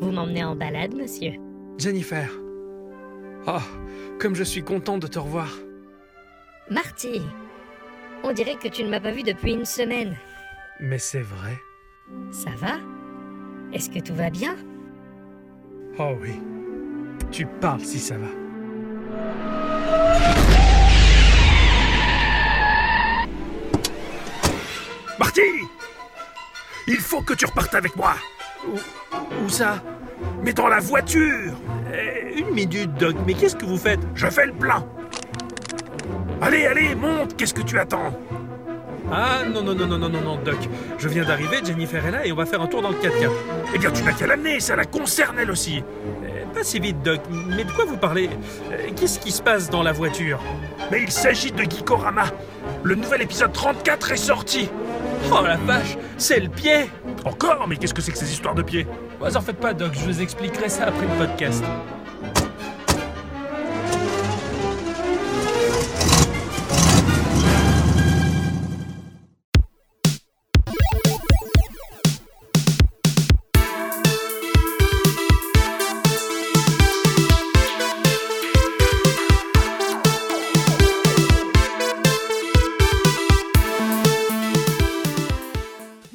Vous m'emmenez en balade, monsieur Jennifer. Oh, comme je suis content de te revoir. Marty On dirait que tu ne m'as pas vu depuis une semaine. Mais c'est vrai. Ça va Est-ce que tout va bien Oh oui. Tu parles si ça va. Marty Il faut que tu repartes avec moi Où ça Mais dans la voiture Euh, une minute, Doc, mais qu'est-ce que vous faites Je fais le plein Allez, allez, monte Qu'est-ce que tu attends Ah, non, non, non, non, non, non, non, Doc. Je viens d'arriver, Jennifer est là et on va faire un tour dans le 4x4. Eh bien, tu n'as qu'à l'amener, ça la concerne elle aussi Euh, pas si vite, Doc, mais de quoi vous parlez Euh, Qu'est-ce qui se passe dans la voiture Mais il s'agit de Gikorama Le nouvel épisode 34 est sorti Oh la vache, c'est le pied Encore Mais qu'est-ce que c'est que ces histoires de pieds Vous en faites pas, Doc, je vous expliquerai ça après le podcast.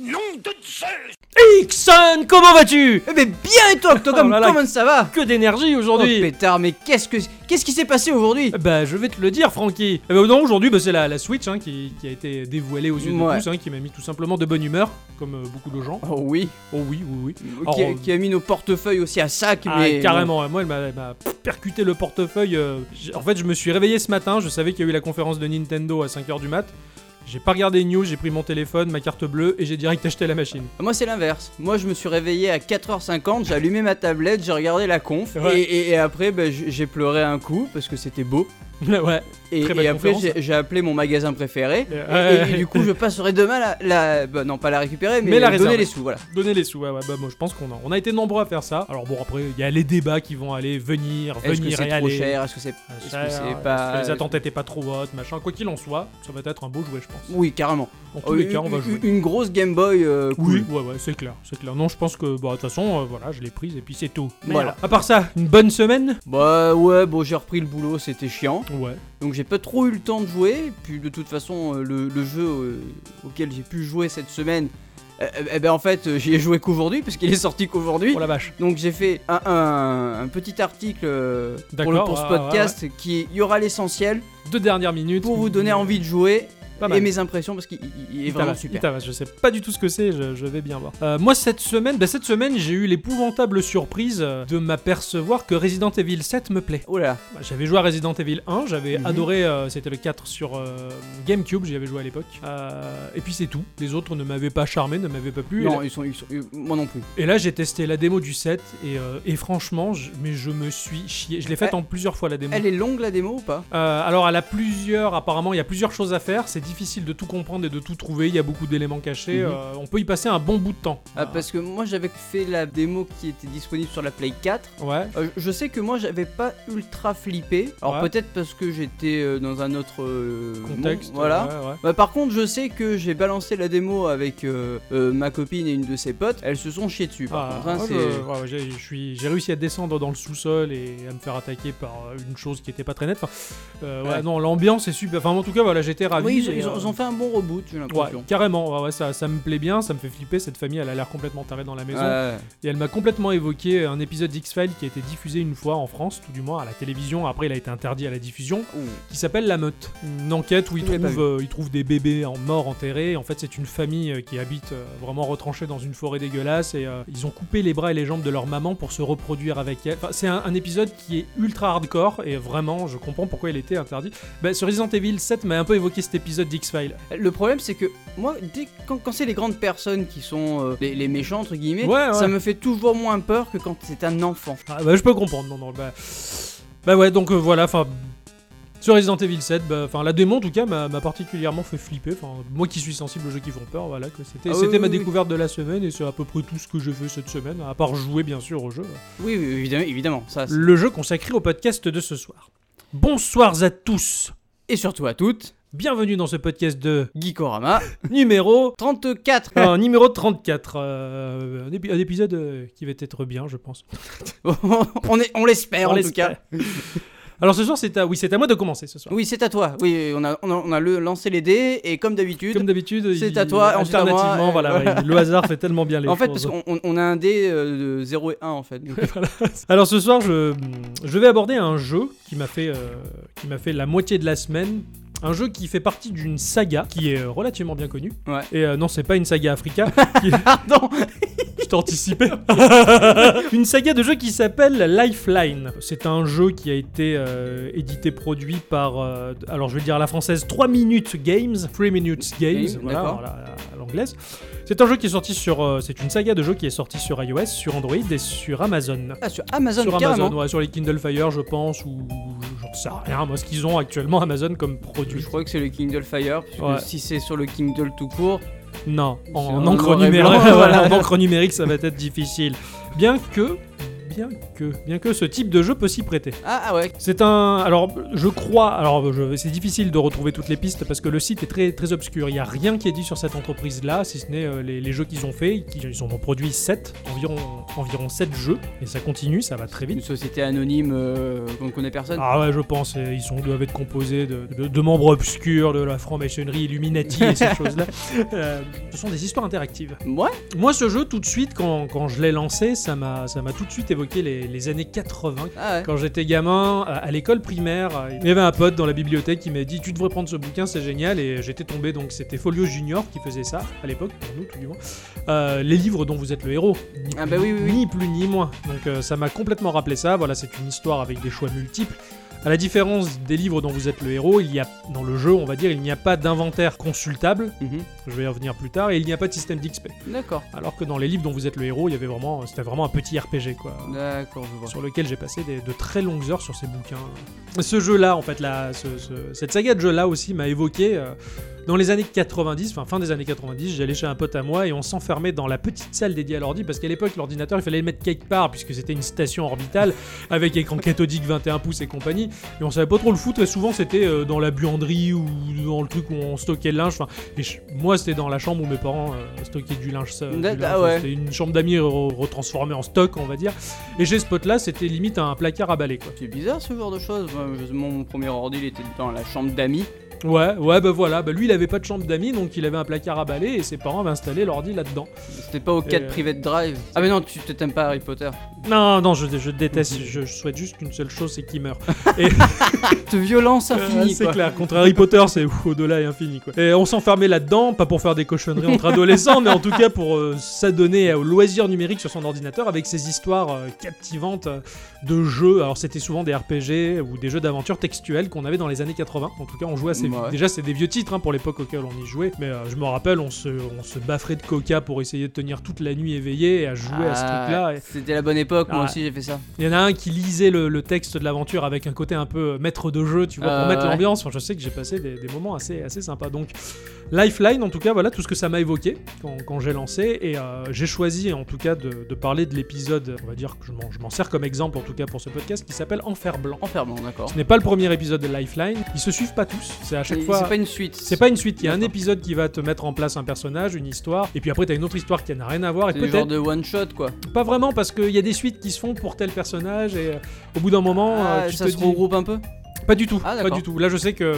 Nom de Zeus Ixon, comment vas-tu Eh ben bien et toi Octogom, Oh là là. comment ça va Que d'énergie Oh aujourd'hui pétard, mais qu'est-ce que qu'est-ce qui s'est passé aujourd'hui Bah, je vais te le dire, Francky. Eh ben, non, aujourd'hui, bah, c'est la, la Switch hein, qui, qui a été dévoilée aux yeux Ouais. de tous, hein, qui m'a mis tout simplement de bonne humeur, comme euh, beaucoup de gens. Oh oui, Oh oui, oui, oui. qui, Alors, qui a mis nos portefeuilles aussi à sac, Ah, mais carrément, ouais, moi elle m'a- elle m'a percuté le portefeuille. euh, j'ai- en fait, je me suis réveillé ce matin, je savais qu'il y a eu la conférence de Nintendo à 5h du mat. J'ai pas regardé les news, j'ai pris mon téléphone, ma carte bleue et j'ai direct acheté la machine. Moi c'est l'inverse. Moi je me suis réveillé à 4h50, j'ai allumé ma tablette, j'ai regardé la conf Ouais. et, et- et après ben, j- j'ai pleuré un coup parce que c'était beau. ouais. Et, Très belle et après conférence. j'ai- j'ai appelé mon magasin préféré. Euh, Et, ouais. et du coup, je passerai demain la, la- bah, non pas la récupérer, mais, Mais la réserver. donner les sous, voilà. Donner les sous, ouais, ouais, bah moi je pense qu'on a, on a été nombreux à faire ça. Alors bon, après, il y a les débats qui vont aller, venir, Est-ce que venir c'est et trop aller. cher Est-ce que c'est Ah, est-ce cher, que est-ce c'est que pas les attentes étaient pas trop hautes, machin. Quoi qu'il en soit, ça va être un beau jouet, je pense. Oui, carrément. En tous les Euh, cas, on va une- jouer. Une grosse Game Boy euh, cool. Oui, ouais, ouais, c'est clair, c'est clair. Non, je pense que, bah, de toute façon, euh, voilà, je l'ai prise et puis c'est tout. Voilà. À part ça, une bonne semaine Bah ouais, bon j'ai repris le boulot, c'était chiant. Ouais. Donc j'ai pas trop eu le temps de jouer. Puis de toute façon, euh, le, le jeu euh, auquel j'ai pu jouer cette semaine, euh, euh, eh ben en fait euh, j'y ai joué qu'aujourd'hui parce qu'il est sorti qu'aujourd'hui. Oh la vache. Donc j'ai fait un, un- un petit article euh, pour, le- D'accord, pour ce ouais, ouais, podcast qui est- il y aura l'essentiel Deux dernières minutes. pour vous donner envie de jouer Pas mal. et mes impressions parce qu'il il- il est Il vraiment tabasse, il super. tabasse, je sais pas du tout ce que c'est, je, je vais bien voir. Euh, moi cette semaine, bah, cette semaine j'ai eu l'épouvantable surprise euh, de m'apercevoir que Resident Evil 7 me plaît. Oh là, là, Bah, J'avais joué à Resident Evil 1, j'avais Mhm. adoré, euh, c'était le 4 sur euh, GameCube, j'y avais joué à l'époque. Euh, et puis c'est tout, les autres ne m'avaient pas charmé, ne m'avaient pas plu. non ils sont, ils sont- euh, moi non plus. Et là j'ai testé la démo du 7 et, euh, et franchement, je, mais je me suis chié. Je l'ai faite Elle- en plusieurs fois la démo. Elle est longue la démo ou pas Euh, alors elle a plusieurs, apparemment il y a plusieurs choses à faire, c'est difficile de tout comprendre et de tout trouver, il y a beaucoup d'éléments cachés, Mhm. euh, on peut y passer un bon bout de temps. Ah, parce que moi j'avais fait la démo qui était disponible sur la Play 4. Ouais, Euh, je sais que moi j'avais pas ultra flippé. Alors Ouais. peut-être parce que j'étais euh, dans un autre euh, contexte. monde, voilà. ouais, ouais. Bah, par contre, je sais que j'ai balancé la démo avec euh, euh, ma copine et une de ses potes. Elles se sont chiées dessus. Par Ah, contre, hein, ouais, c'est- bah, ouais, ouais, j'ai- je suis- j'ai réussi à descendre dans le sous-sol et à me faire attaquer par euh, une chose qui était pas très nette. Enfin, euh, ouais, Ouais. non, l'ambiance est super. Enfin, en tout cas, voilà, j'étais ravi. Oui, ils, et, ils ont, euh, ils ont fait un bon reboot, j'ai ouais, l'impression. carrément, ouais, ouais, ça, ça me plaît bien, ça me fait flipper. Cette famille, elle a l'air complètement tarée dans la maison. Ouais. Et elle m'a complètement évoqué un épisode d'X-Files qui a été diffusé une fois en France, tout du moins à la télévision. Après, il a été interdit à la diffusion Ouh. qui s'appelle La Meute. Une enquête où ils Je l'ai pas trouvent, euh, ils trouvent des bébés en morts enterrés. En fait, c'est une famille euh, qui habite euh, vraiment retranchée dans une forêt dégueulasse et euh, ils ont coupé les bras et les jambes de leur maman pour se reproduire avec elle. Enfin, c'est un, un épisode qui est ultra hardcore et vraiment, je comprends pourquoi il était interdit. Bah, sur Resident Evil 7 m'a un peu évoqué cet épisode d'X-Files. Le problème, c'est que moi, dès que- quand, quand c'est les grandes personnes qui sont euh, les, les méchants, entre guillemets, Ouais, ouais. ça me fait toujours moins peur que quand c'est un enfant. Ah, bah, je peux comprendre. Non, non, bah, bah ouais, donc euh, voilà, enfin. Sur Resident Evil 7, bah, enfin la démo en tout cas m'a m'a particulièrement fait flipper. Enfin, moi qui suis sensible aux jeux qui font peur, voilà que c'était Ah oui, c'était oui, ma oui. découverte de la semaine et c'est à peu près tout ce que j'ai fait cette semaine, à part jouer bien sûr au jeu. Oui, oui, évidemment, évidemment. Ça, Ah, c'est- Le jeu consacré au podcast de ce soir. Bonsoir à tous. Et surtout à toutes. Bienvenue dans ce podcast de Geekorama numéro 34. un numéro 34. euh, un, épi- un épisode euh, qui va être bien, je pense. on est- on l'espère On en tout l'espère. cas. Alors ce soir, c'est à, oui, c'est à moi de commencer ce soir. Oui, c'est à toi. Oui, on a, on a, on a le, lancé les dés et comme d'habitude. Comme d'habitude, c'est il- à toi, ensuite à moi, alternativement, et voilà, voilà. ouais, le hasard fait tellement bien les En fait, choses. parce qu'on on- on a un dé euh, de 0 et 1 en fait. Donc, Alors ce soir, je, je vais aborder un jeu qui m'a fait, euh, qui m'a fait la moitié de la semaine. Un jeu qui fait partie d'une saga qui est euh, relativement bien connue. Ouais. Et euh, non, c'est pas une saga Africa, Pardon je t'ai anticipé. une saga de jeu qui s'appelle Lifeline. C'est un jeu qui a été euh, édité, produit par, euh, alors je vais le dire à la française, 3 Minutes Games. 3 Minutes Games, Games, voilà, d'accord. voilà, à l'anglaise. C'est un jeu qui est sorti sur. euh, c'est une saga de jeu qui est sortie sur iOS, sur Android et sur Amazon Ah, sur Amazon, sur carrément. Amazon, ouais, sur les Kindle Fire, je pense, ou j'en sais rien, moi, ce qu'ils ont actuellement Amazon comme produit. Je crois que c'est le Kindle Fire, parce que Ouais. si c'est sur le Kindle tout court, Non, en, C'est en en encre noir et numérique, blanc, voilà, voilà. en encre numérique, ça va être difficile. Bien que, bien que, bien que ce type de jeu peut s'y prêter. ah, ah ouais, C'est un, alors, je crois, alors, je- c'est difficile de retrouver toutes les pistes parce que le site est très, très obscur. Il n'y a rien qui est dit sur cette entreprise-là, si ce n'est euh, les, les jeux qu'ils ont fait. qui- Ils en ont produit 7, environ, environ 7 jeux, et ça continue, ça va très vite. une société anonyme euh, qu'on ne connaît personne. Ah ouais, je pense. euh, Ils sont, doivent être composés de, de- de membres obscurs, de la franc-maçonnerie, Illuminati et ces choses-là. Euh, ce sont des histoires interactives. Ouais, Moi, ce jeu, tout de suite, quand, quand je l'ai lancé, ça m'a ça m'a tout de suite évoqué les, les années 80. ah ouais. Quand j'étais gamin, à, à l'école primaire, euh, il y avait un pote dans la bibliothèque qui m'a dit Tu devrais prendre ce bouquin, c'est génial. Et j'étais tombé, donc c'était Folio Junior qui faisait ça, à l'époque, pour nous, tout du moins. Euh, les livres dont vous êtes le héros. Ni Ah plus- bah oui, oui, oui. Ni plus ni moins. Donc euh, ça m'a complètement rappelé ça. Voilà, c'est une histoire avec des choix multiples. À la différence des livres dont vous êtes le héros, il y a, dans le jeu, on va dire, il n'y a pas d'inventaire consultable, Mhm. je vais y revenir plus tard, et il n'y a pas de système d'XP. D'accord, Alors que dans les livres dont vous êtes le héros, il y avait vraiment, euh, c'était vraiment un petit RPG, quoi d'accord, je vois. sur lequel j'ai passé des- de très longues heures sur ces bouquins. Ce jeu-là, en fait, la- ce- ce- cette saga de jeu-là aussi m'a évoqué. euh, dans les années 90, enfin fin des années 90, j'allais chez un pote à moi et on s'enfermait dans la petite salle dédiée à l'ordi parce qu'à l'époque l'ordinateur il fallait le mettre quelque part puisque c'était une station orbitale avec écran cathodique 21 pouces et compagnie et on savait pas trop le foutre et souvent c'était euh, dans la buanderie ou dans le truc où on stockait le linge. Enfin, et je- moi c'était dans la chambre où mes parents euh, stockaient du linge. euh, du Ah linge. Enfin, ouais. C'était une chambre d'amis re- retransformée en stock on va dire. Et chez ce pote-là, c'était limite un placard à balai, quoi. C'est bizarre ce genre de choses. Moi, je- mon premier ordi, il était dans la chambre d'amis. Ouais, ouais, bah voilà. Bah lui, il avait pas de chambre d'amis, donc il avait un placard à balai et ses parents avaient installé l'ordi là-dedans. C'était pas au 4 euh, Private Drive. Ah mais non, tu tu t'aimes pas Harry Potter. Non, non, je, je déteste. Je, je souhaite juste qu'une seule chose, c'est qu'il meure. Cette violence infinie, Ah, c'est quoi. clair. Contre Harry Potter, c'est ouf, au-delà et infini, quoi. Et on s'enfermait là-dedans, pas pour faire des cochonneries entre adolescents, mais en tout cas pour euh, s'adonner au loisir numérique sur son ordinateur avec ces histoires euh, captivantes euh, de jeux. Alors, c'était souvent des RPG ou des jeux d'aventure textuels qu'on avait dans les années 80. En tout cas, on jouait à ces. Mm, Ouais. Déjà, c'est des vieux titres hein, pour l'époque auquel on y jouait, mais euh, je me rappelle, on se, on se baffrait de coca pour essayer de tenir toute la nuit éveillé et à jouer à ce Ah, truc-là. Et- C'était la bonne époque, moi Ah. aussi j'ai fait ça. il y en a un qui lisait le, le texte de l'aventure avec un côté un peu euh, maître de jeu, tu vois, Euh, pour mettre ouais. l'ambiance. Enfin, je sais que j'ai passé des, des moments assez, assez sympas. Donc, Lifeline, en tout cas, voilà tout ce que ça m'a évoqué quand, quand j'ai lancé. Et euh, j'ai choisi, en tout cas, de, de parler de l'épisode, on va dire que je m'en- je m'en sers comme exemple, en tout cas, pour ce podcast, qui s'appelle Enfer Blanc. Enfermant, d'accord. Ce n'est pas le premier épisode de Lifeline. Ils se suivent pas tous. C'est à chaque C'est fois. c'est pas une suite. C'est pas une suite, il y a un D'accord. épisode qui va te mettre en place un personnage, une histoire, et puis après t'as une autre histoire qui n'a rien à voir, et C'est le peut-être genre de one shot, quoi. pas vraiment parce qu'il y a des suites qui se font pour tel personnage et euh, au bout d'un moment Ah, euh, tu ça te se dis- regroupe un peu Pas du tout, Ah, pas d'accord. du tout. Là je sais que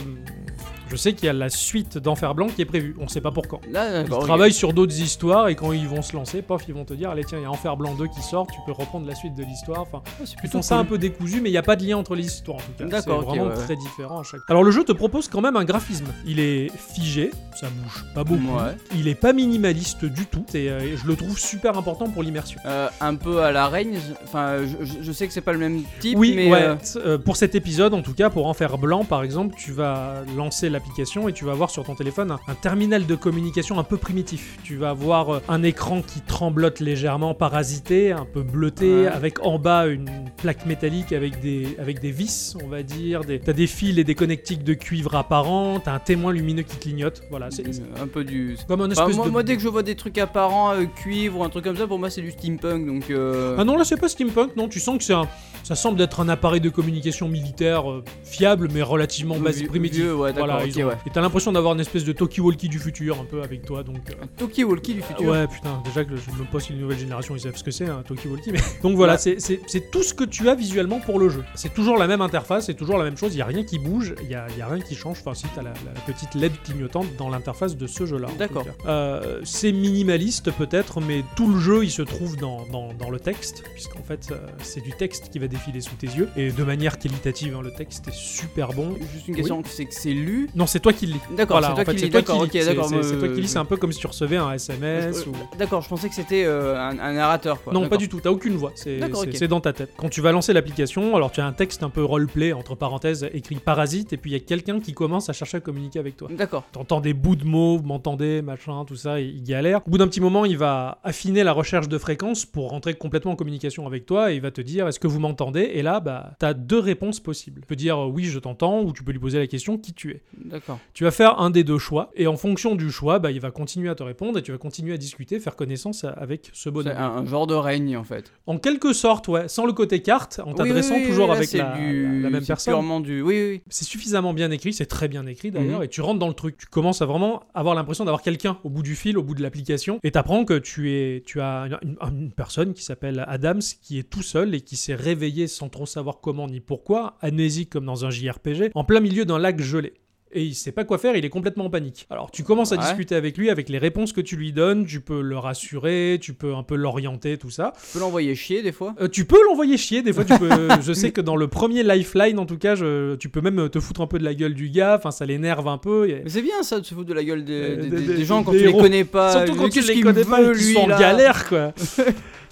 je sais qu'il y a la suite d'Enfer Blanc qui est prévue, on sait pas pour quand. Là, Ils d'accord, ok. travaillent sur d'autres histoires et quand ils vont se lancer, pof, ils vont te dire allez tiens, il y a Enfer Blanc 2 qui sort, tu peux reprendre la suite de l'histoire. Enfin, Ah, c'est ils plutôt font ça un cool. peu décousu, mais il n'y a pas de lien entre les histoires en tout cas. C'est D'accord, ok, vraiment ouais, ouais. très différent à chaque. Alors le jeu te propose quand même un graphisme. Il est figé, ça bouge pas beaucoup. Ouais. Il est pas minimaliste du tout et euh, je le trouve super important pour l'immersion. Euh, un peu à la Reigns. Enfin, je, je- je sais que c'est pas le même type, Oui, mais. ouais. euh, Euh, pour cet épisode, en tout cas, pour en faire blanc, par exemple, tu vas lancer l'application et tu vas avoir sur ton téléphone un, un terminal de communication un peu primitif. Tu vas avoir euh, un écran qui tremblote légèrement, parasité, un peu bleuté, Ouais. avec en bas une plaque métallique avec des, avec des vis, on va dire. Des, t'as des fils et des connectiques de cuivre apparents, t'as un témoin lumineux qui clignote. Voilà, voilà, c'est c'est Un peu du. comme un Enfin, espèce Bah, moi, de. moi, dès que je vois des trucs apparents, euh, cuivre ou un truc comme ça, pour moi, c'est du steampunk. Donc, euh, Ah non, là c'est pas steampunk, non, tu sens que c'est un. Ça semble être un appareil de communication militaire euh, fiable mais relativement vieux- basique, primitif. vieux, ouais, d'accord, Voilà, ok, ils ont- ouais. Et t'as l'impression d'avoir une espèce de talkie-walkie du futur un peu avec toi, donc. euh, Toki Walkie Ah, du futur. Ouais, putain, déjà que je me pose si les nouvelles générations ils savent ce que c'est, un talkie-walkie. Mais... Donc voilà, Ouais. c'est- c'est c'est tout ce que tu as visuellement pour le jeu. C'est toujours la même interface, c'est toujours la même chose, il n'y a rien qui bouge, il n'y a, y a rien qui change. Enfin, si t'as la, la petite LED clignotante dans l'interface de ce jeu-là. en tout D'accord. cas. Euh, c'est minimaliste peut-être, mais tout le jeu il se trouve dans, dans- dans le texte, puisqu'en fait euh, c'est du texte qui va défiler sous tes yeux. Et de manière qualitative, hein, le texte est super bon. Juste une question, c'est que c'est lu. Non, c'est toi qui le lis. D'accord, Voilà, c'est en toi fait, qui c'est lis. toi D'accord, qui ok, lis. C'est- d'accord. c'est- c'est toi qui lis, c'est ça. un peu comme si tu recevais un SMS ou. D'accord, je pensais que c'était euh, un, un narrateur quoi. Non, pas D'accord. du tout, t'as aucune voix, c'est D'accord, c'est- ok. c'est dans ta tête. Quand tu vas lancer l'application, alors tu as un texte un peu roleplay, entre parenthèses, écrit parasite, et puis il y a quelqu'un qui commence à chercher à communiquer avec toi. D'accord. T'entends des bouts de mots, vous m'entendez, machin, tout ça, il il galère. Au bout d'un petit moment, il va affiner la recherche de fréquence pour rentrer complètement en communication avec toi et il va te dire est-ce que vous m'entendez Et là, bah, t'as deux réponses possibles. Tu peux dire euh, oui, je t'entends, ou tu peux lui poser la question qui tu es. D'accord. Tu vas faire un des deux choix, et en fonction du choix, bah, il va continuer à te répondre et tu vas continuer à discuter, faire connaissance à- avec ce C'est bonhomme. un, un genre de règne en fait. En quelque sorte, ouais, sans le côté carte, en Oui, t'adressant oui, oui, toujours là, avec c'est la, du- la- la même c'est personne. purement du. Oui, oui, oui. C'est suffisamment bien écrit, c'est très bien écrit d'ailleurs, Mhm. et tu rentres dans le truc. Tu commences à vraiment avoir l'impression d'avoir quelqu'un au bout du fil, au bout de l'application, et t'apprends que tu es, tu as une, une- une personne qui s'appelle Adams qui est tout seul et qui s'est réveillé sans trop savoir comment ni pourquoi, amnésique comme dans un JRPG, en plein milieu d'un lac gelé. Et il sait pas quoi faire, il est complètement en panique. Alors tu commences à Ouais. discuter avec lui, avec les réponses que tu lui donnes, tu peux le rassurer, tu peux un peu l'orienter, tout ça. Tu peux l'envoyer chier des fois. Euh, tu peux l'envoyer chier, des fois tu peux. euh, je sais que dans le premier Lifeline, en tout cas, je- tu peux même te foutre un peu de la gueule du gars, enfin ça l'énerve un peu. et- Mais c'est bien ça de se foutre de la gueule des, Euh, des- des- des- des- des gens quand des tu les héros. connais pas. Surtout Mais quand tu qu'est-ce les qu'il connais pas veut, et qu'ils lui, sont en là galère, quoi.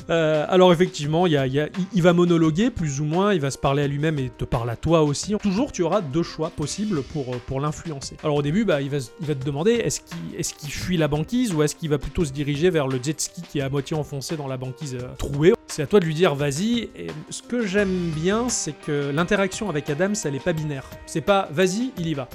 Euh, alors effectivement, il y a- il y a- il- il va monologuer plus ou moins, il va se parler à lui-même et te parle à toi aussi. Toujours, tu auras deux choix possibles pour, euh, pour l'influencer. Alors au début, bah, il, va, se- il va te demander est-ce qu'il est qu'il fuit la banquise ou est-ce qu'il va plutôt se diriger vers le jet ski qui est à moitié enfoncé dans la banquise euh, trouée. C'est à toi de lui dire vas-y. Et ce que j'aime bien, c'est que l'interaction avec Adams, elle est pas binaire. C'est pas vas-y, il y va.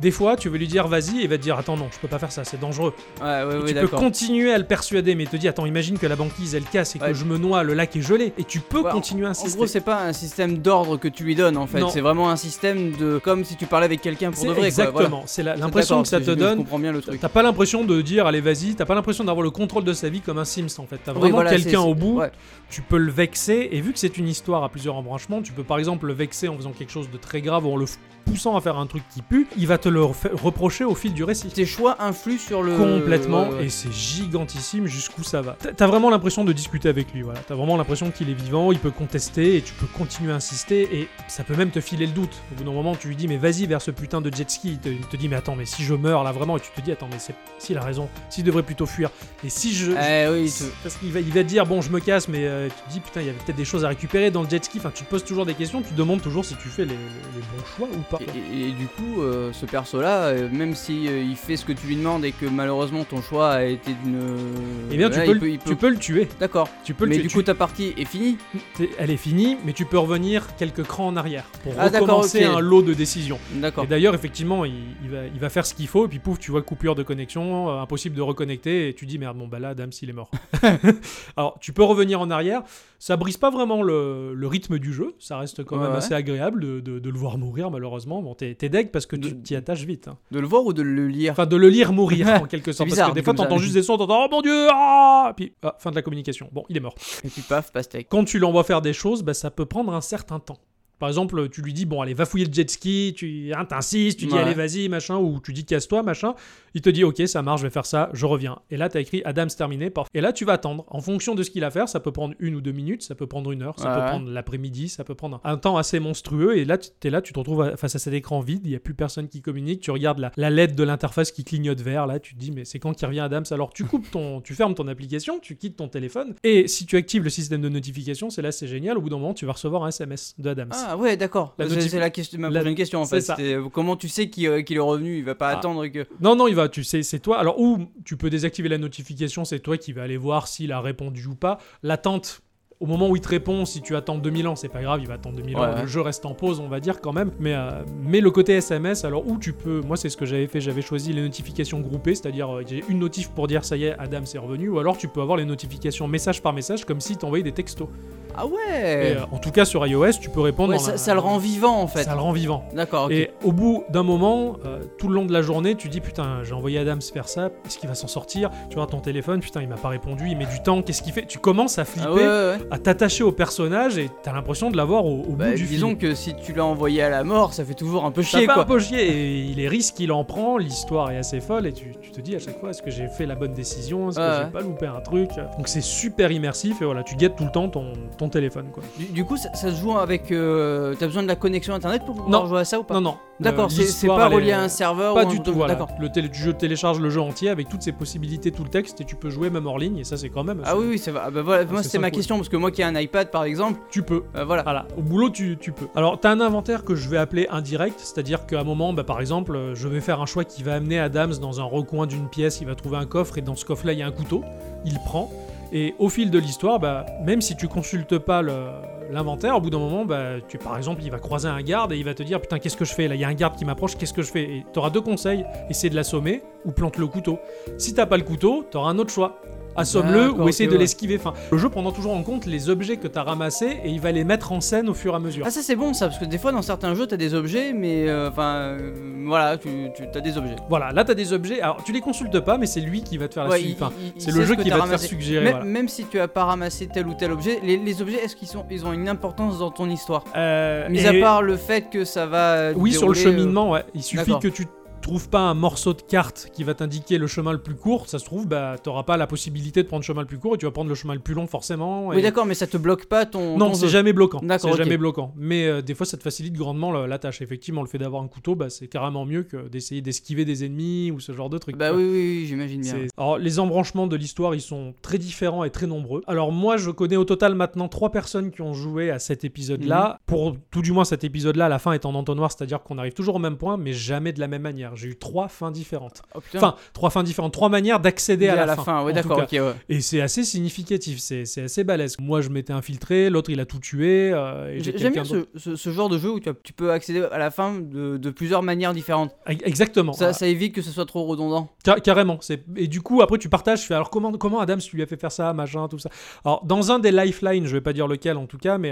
Des fois, tu veux lui dire vas-y et il va te dire attends non, je peux pas faire ça, c'est dangereux. Ouais, ouais, Et ouais, tu peux d'accord. continuer à le persuader, mais il te dit attends, imagine que la banquise elle casse et que Ouais. je me noie, le lac est gelé. Et tu peux Ouais, continuer à En insister. gros, c'est pas un système d'ordre que tu lui donnes en fait. Non. C'est vraiment un système de. Comme si tu parlais avec quelqu'un pour C'est de vrai. quoi, voilà. exactement. C'est la- l'impression D'accord, que ça te je- je donne. comprends bien le truc. T'as pas l'impression de dire allez vas-y, t'as pas l'impression d'avoir le contrôle de sa vie comme un Sims en fait. T'as Oui, vraiment voilà, c'est- quelqu'un c'est- au bout, ouais. tu peux le vexer, et vu que c'est une histoire à plusieurs embranchements, tu peux par exemple le vexer en faisant quelque chose de très grave ou en le f- poussant à faire un truc qui pue, il va te le refa- reprocher au fil du récit. Tes choix influent sur le. complètement Euh, ouais, ouais. et c'est gigantissime jusqu'où ça va. T'as- T'as vraiment l'impression de discuter avec lui, voilà. T'as vraiment l'impression qu'il est vivant, il peut contester et tu peux continuer à insister et ça peut même te filer le doute. Au bout d'un moment, tu lui dis mais vas-y vers ce putain de jet ski. Il te, il te dit mais attends mais si je meurs là vraiment et tu te dis attends mais c'est- s'il a raison, s'il devrait plutôt fuir et si je Eh oui, tu- parce qu'il va, il va te dire bon je me casse mais euh, tu te dis putain il y avait peut-être des choses à récupérer dans le jet ski. Enfin tu te poses toujours des questions, tu te demandes toujours si tu fais les, les- les bons choix ou pas. Et, et- et du coup, euh, ce perso-là, euh, même si euh, il fait ce que tu lui demandes et que malheureusement ton choix a été d'une. euh, Eh bien tu, Là, peux, il le- peut- il peut- tu peux le tuer. D'accord. Tu peux le Mais tuer. du Tu- coup, ta partie est finie. T'es- elle est finie, mais tu peux revenir quelques crans en arrière pour Ah, d'accord, recommencer ok. un lot de décisions. D'accord. Et d'ailleurs, effectivement, il, il va, il va faire ce qu'il faut, et puis pouf, tu vois coupure de connexion, euh, impossible de reconnecter, et tu dis merde, bon bah là, Adams il est mort. Alors, tu peux revenir en arrière, ça brise pas vraiment le, le rythme du jeu, ça reste quand Ouais, même ouais. assez agréable de, de- de le voir mourir, malheureusement. Bon, t'es t'es deg parce que tu De- t'y attaches vite. hein. De le voir ou de le lire Enfin, de le lire mourir, en quelque sorte. bizarre, parce que des dit fois, comme ça. t'entends juste des sons, t'entends oh mon dieu, ah Puis, ah, fin de la communication. Bon, il est mort. Et puis paf, pastèque. Quand tu l'envoies faire des choses, bah, ça peut prendre un certain temps. Par exemple, tu lui dis, bon, allez, va fouiller le jet ski, tu hein, t'insistes, tu dis, Ouais. allez, vas-y, machin, ou tu dis, casse-toi, machin. Il te dit, ok, ça marche, je vais faire ça, je reviens. Et là, tu as écrit, Adams terminé, paf. Et là, tu vas attendre. En fonction de ce qu'il a à faire, ça peut prendre une ou deux minutes, ça peut prendre une heure, ça Ouais, peut ouais. prendre l'après-midi, ça peut prendre un temps assez monstrueux. Et là, tu es là, tu te retrouves à- face à cet écran vide, il n'y a plus personne qui communique, tu regardes la, la LED de l'interface qui clignote vert, là, tu te dis, mais c'est quand qui revient Adams Alors, tu coupes ton, tu fermes ton application, tu quittes ton téléphone, et si tu actives le système de notification, c'est là, c'est génial, au bout d'un moment, tu vas recevoir un SMS de Adams. Ah ouais, d'accord. La C'est notifi- c'est la question, ma la- prochaine question en c'est fait. ça. C'était, euh, comment tu sais qu'il euh, qu'il est revenu Il va pas Ah. attendre que. Non, non, il va, tu sais, c'est toi. Alors, ou tu peux désactiver la notification, c'est toi qui vas aller voir s'il a répondu ou pas. L'attente, au moment où il te répond, si tu attends 2000 ans, c'est pas grave, il va attendre 2000 Ouais, ans, ouais. le jeu reste en pause, on va dire quand même. Mais, euh, mais le côté SMS, alors où tu peux, moi c'est ce que j'avais fait, j'avais choisi les notifications groupées, c'est-à-dire euh, j'ai une notif pour dire ça y est, Adam c'est revenu, ou alors tu peux avoir les notifications message par message comme si t'envoyais des textos. Ah Et, ouais, euh, en tout cas sur iOS, tu peux répondre. ouais dans ça, la- ça le rend vivant en fait. Ça le rend vivant. D'accord, ok. Et au bout d'un moment, euh, tout le long de la journée, tu dis putain, j'ai envoyé Adams faire ça, est-ce qu'il va s'en sortir Tu vois ton téléphone, putain, il m'a pas répondu, il met du temps, qu'est-ce qu'il fait Tu commences à flipper, Ah ouais, ouais, ouais. à t'attacher au personnage et t'as l'impression de l'avoir au, au Bah, bout du disons fil. que si tu l'as envoyé à la mort, ça fait toujours un peu Ça chier fait quoi. un peu chier, et il est risque, il en prend, l'histoire est assez folle, et tu, tu te dis à chaque fois, est-ce que j'ai fait la bonne décision, est-ce Ouais, que ouais. j'ai pas loupé un truc Donc c'est super immersif, et voilà, tu guettes tout le temps ton, ton téléphone, quoi. Du, du coup, ça, ça se joue avec. euh, T'as besoin de la connexion internet pour pouvoir Non. jouer à ça ou pas Non, non. D'accord, le- c'est- c'est l'histoire, pas elle est- relié à un serveur Pas ou un du truc- tout, voilà. Ah D'accord. Le télé- jeu télécharge le jeu entier avec toutes ses possibilités, tout le texte, et tu peux jouer même hors ligne, et ça c'est quand même... Ah oui, oui, ça va. Ah bah voilà, moi c'est Ah, c'était ça, ma cool. question parce que moi qui ai un iPad par exemple, Tu peux. euh, voilà. Voilà, au boulot tu, tu peux. Alors t'as un inventaire que je vais appeler indirect, c'est-à-dire qu'à un moment, bah, par exemple, euh, je vais faire un choix qui va amener Adams dans un recoin d'une pièce, il va trouver un coffre, et dans ce coffre-là il y a un couteau, il prend, et au fil de l'histoire, bah, même si tu consultes pas le- l'inventaire, au bout d'un moment, bah, tu, par exemple, il va croiser un garde et il va te dire, putain, qu'est-ce que je fais Là, il y a un garde qui m'approche, qu'est-ce que je fais Et t'auras deux conseils, essaie de l'assommer ou plante le couteau. Si t'as pas le couteau, t'auras un autre choix. Assomme-le D'accord, ou essaie ok, de ouais. l'esquiver. Enfin, le jeu prendra toujours en compte les objets que t'as ramassés et il va les mettre en scène au fur et à mesure. Ah ça c'est bon ça parce que des fois dans certains jeux t'as des objets mais euh, enfin euh, voilà tu, tu t'as des objets. Voilà, là t'as des objets. Alors tu les consultes pas, mais c'est lui qui va te faire Ah, la Ouais, suite. il- Enfin, il- il c'est sait le ce jeu que qui t'as va te faire ramassé. suggérer. Même, voilà. même si tu as pas ramassé tel ou tel objet, les, les objets est-ce qu'ils sont ils ont une importance dans ton histoire Euh, Mis et- à part le fait que ça va. euh, Oui, sur le dérouler, euh, cheminement, ouais. Il suffit d'accord. que tu trouves pas un morceau de carte qui va t'indiquer le chemin le plus court. Ça se trouve, bah, t'auras pas la possibilité de prendre le chemin le plus court et tu vas prendre le chemin le plus long forcément. Oui et- d'accord mais ça te bloque pas ton. Non, ton c'est jeu. jamais bloquant. C'est D'accord, ok. jamais bloquant. Mais euh, des fois, ça te facilite grandement le- la tâche. Effectivement, le fait d'avoir un couteau, bah, c'est carrément mieux que d'essayer d'esquiver des ennemis ou ce genre de truc. Bah quoi. oui oui, oui, j'imagine bien. C'est- Alors, les embranchements de l'histoire, ils sont très différents et très nombreux. Alors, moi, je connais au total maintenant trois personnes qui ont joué à cet épisode-là. Mhm. Pour tout du moins cet épisode-là, la fin est en entonnoir, c'est-à-dire qu'on arrive toujours au même point, mais jamais de la même manière. J'ai eu trois fins différentes. Oh, putain. Enfin, trois fins différentes, trois manières d'accéder à, à la, la fin, ouais en d'accord tout ok cas. ouais. Et c'est assez significatif, c'est c'est assez balèze. Moi, je m'étais infiltré, l'autre, il a tout tué. euh, et j'ai J'ai- J'aime bien quelqu'un d'autre. ce, ce- ce genre de jeu où tu, as- tu peux accéder à la fin de, de plusieurs manières différentes. Exactement. Ça, ça évite que ce soit trop redondant. Ca- carrément. c'est- Et du coup, après, tu partages. Tu fais alors comment, comment Adams tu lui a fait faire ça, machin, tout ça. Alors, dans un des lifelines, je vais pas dire lequel en tout cas, mais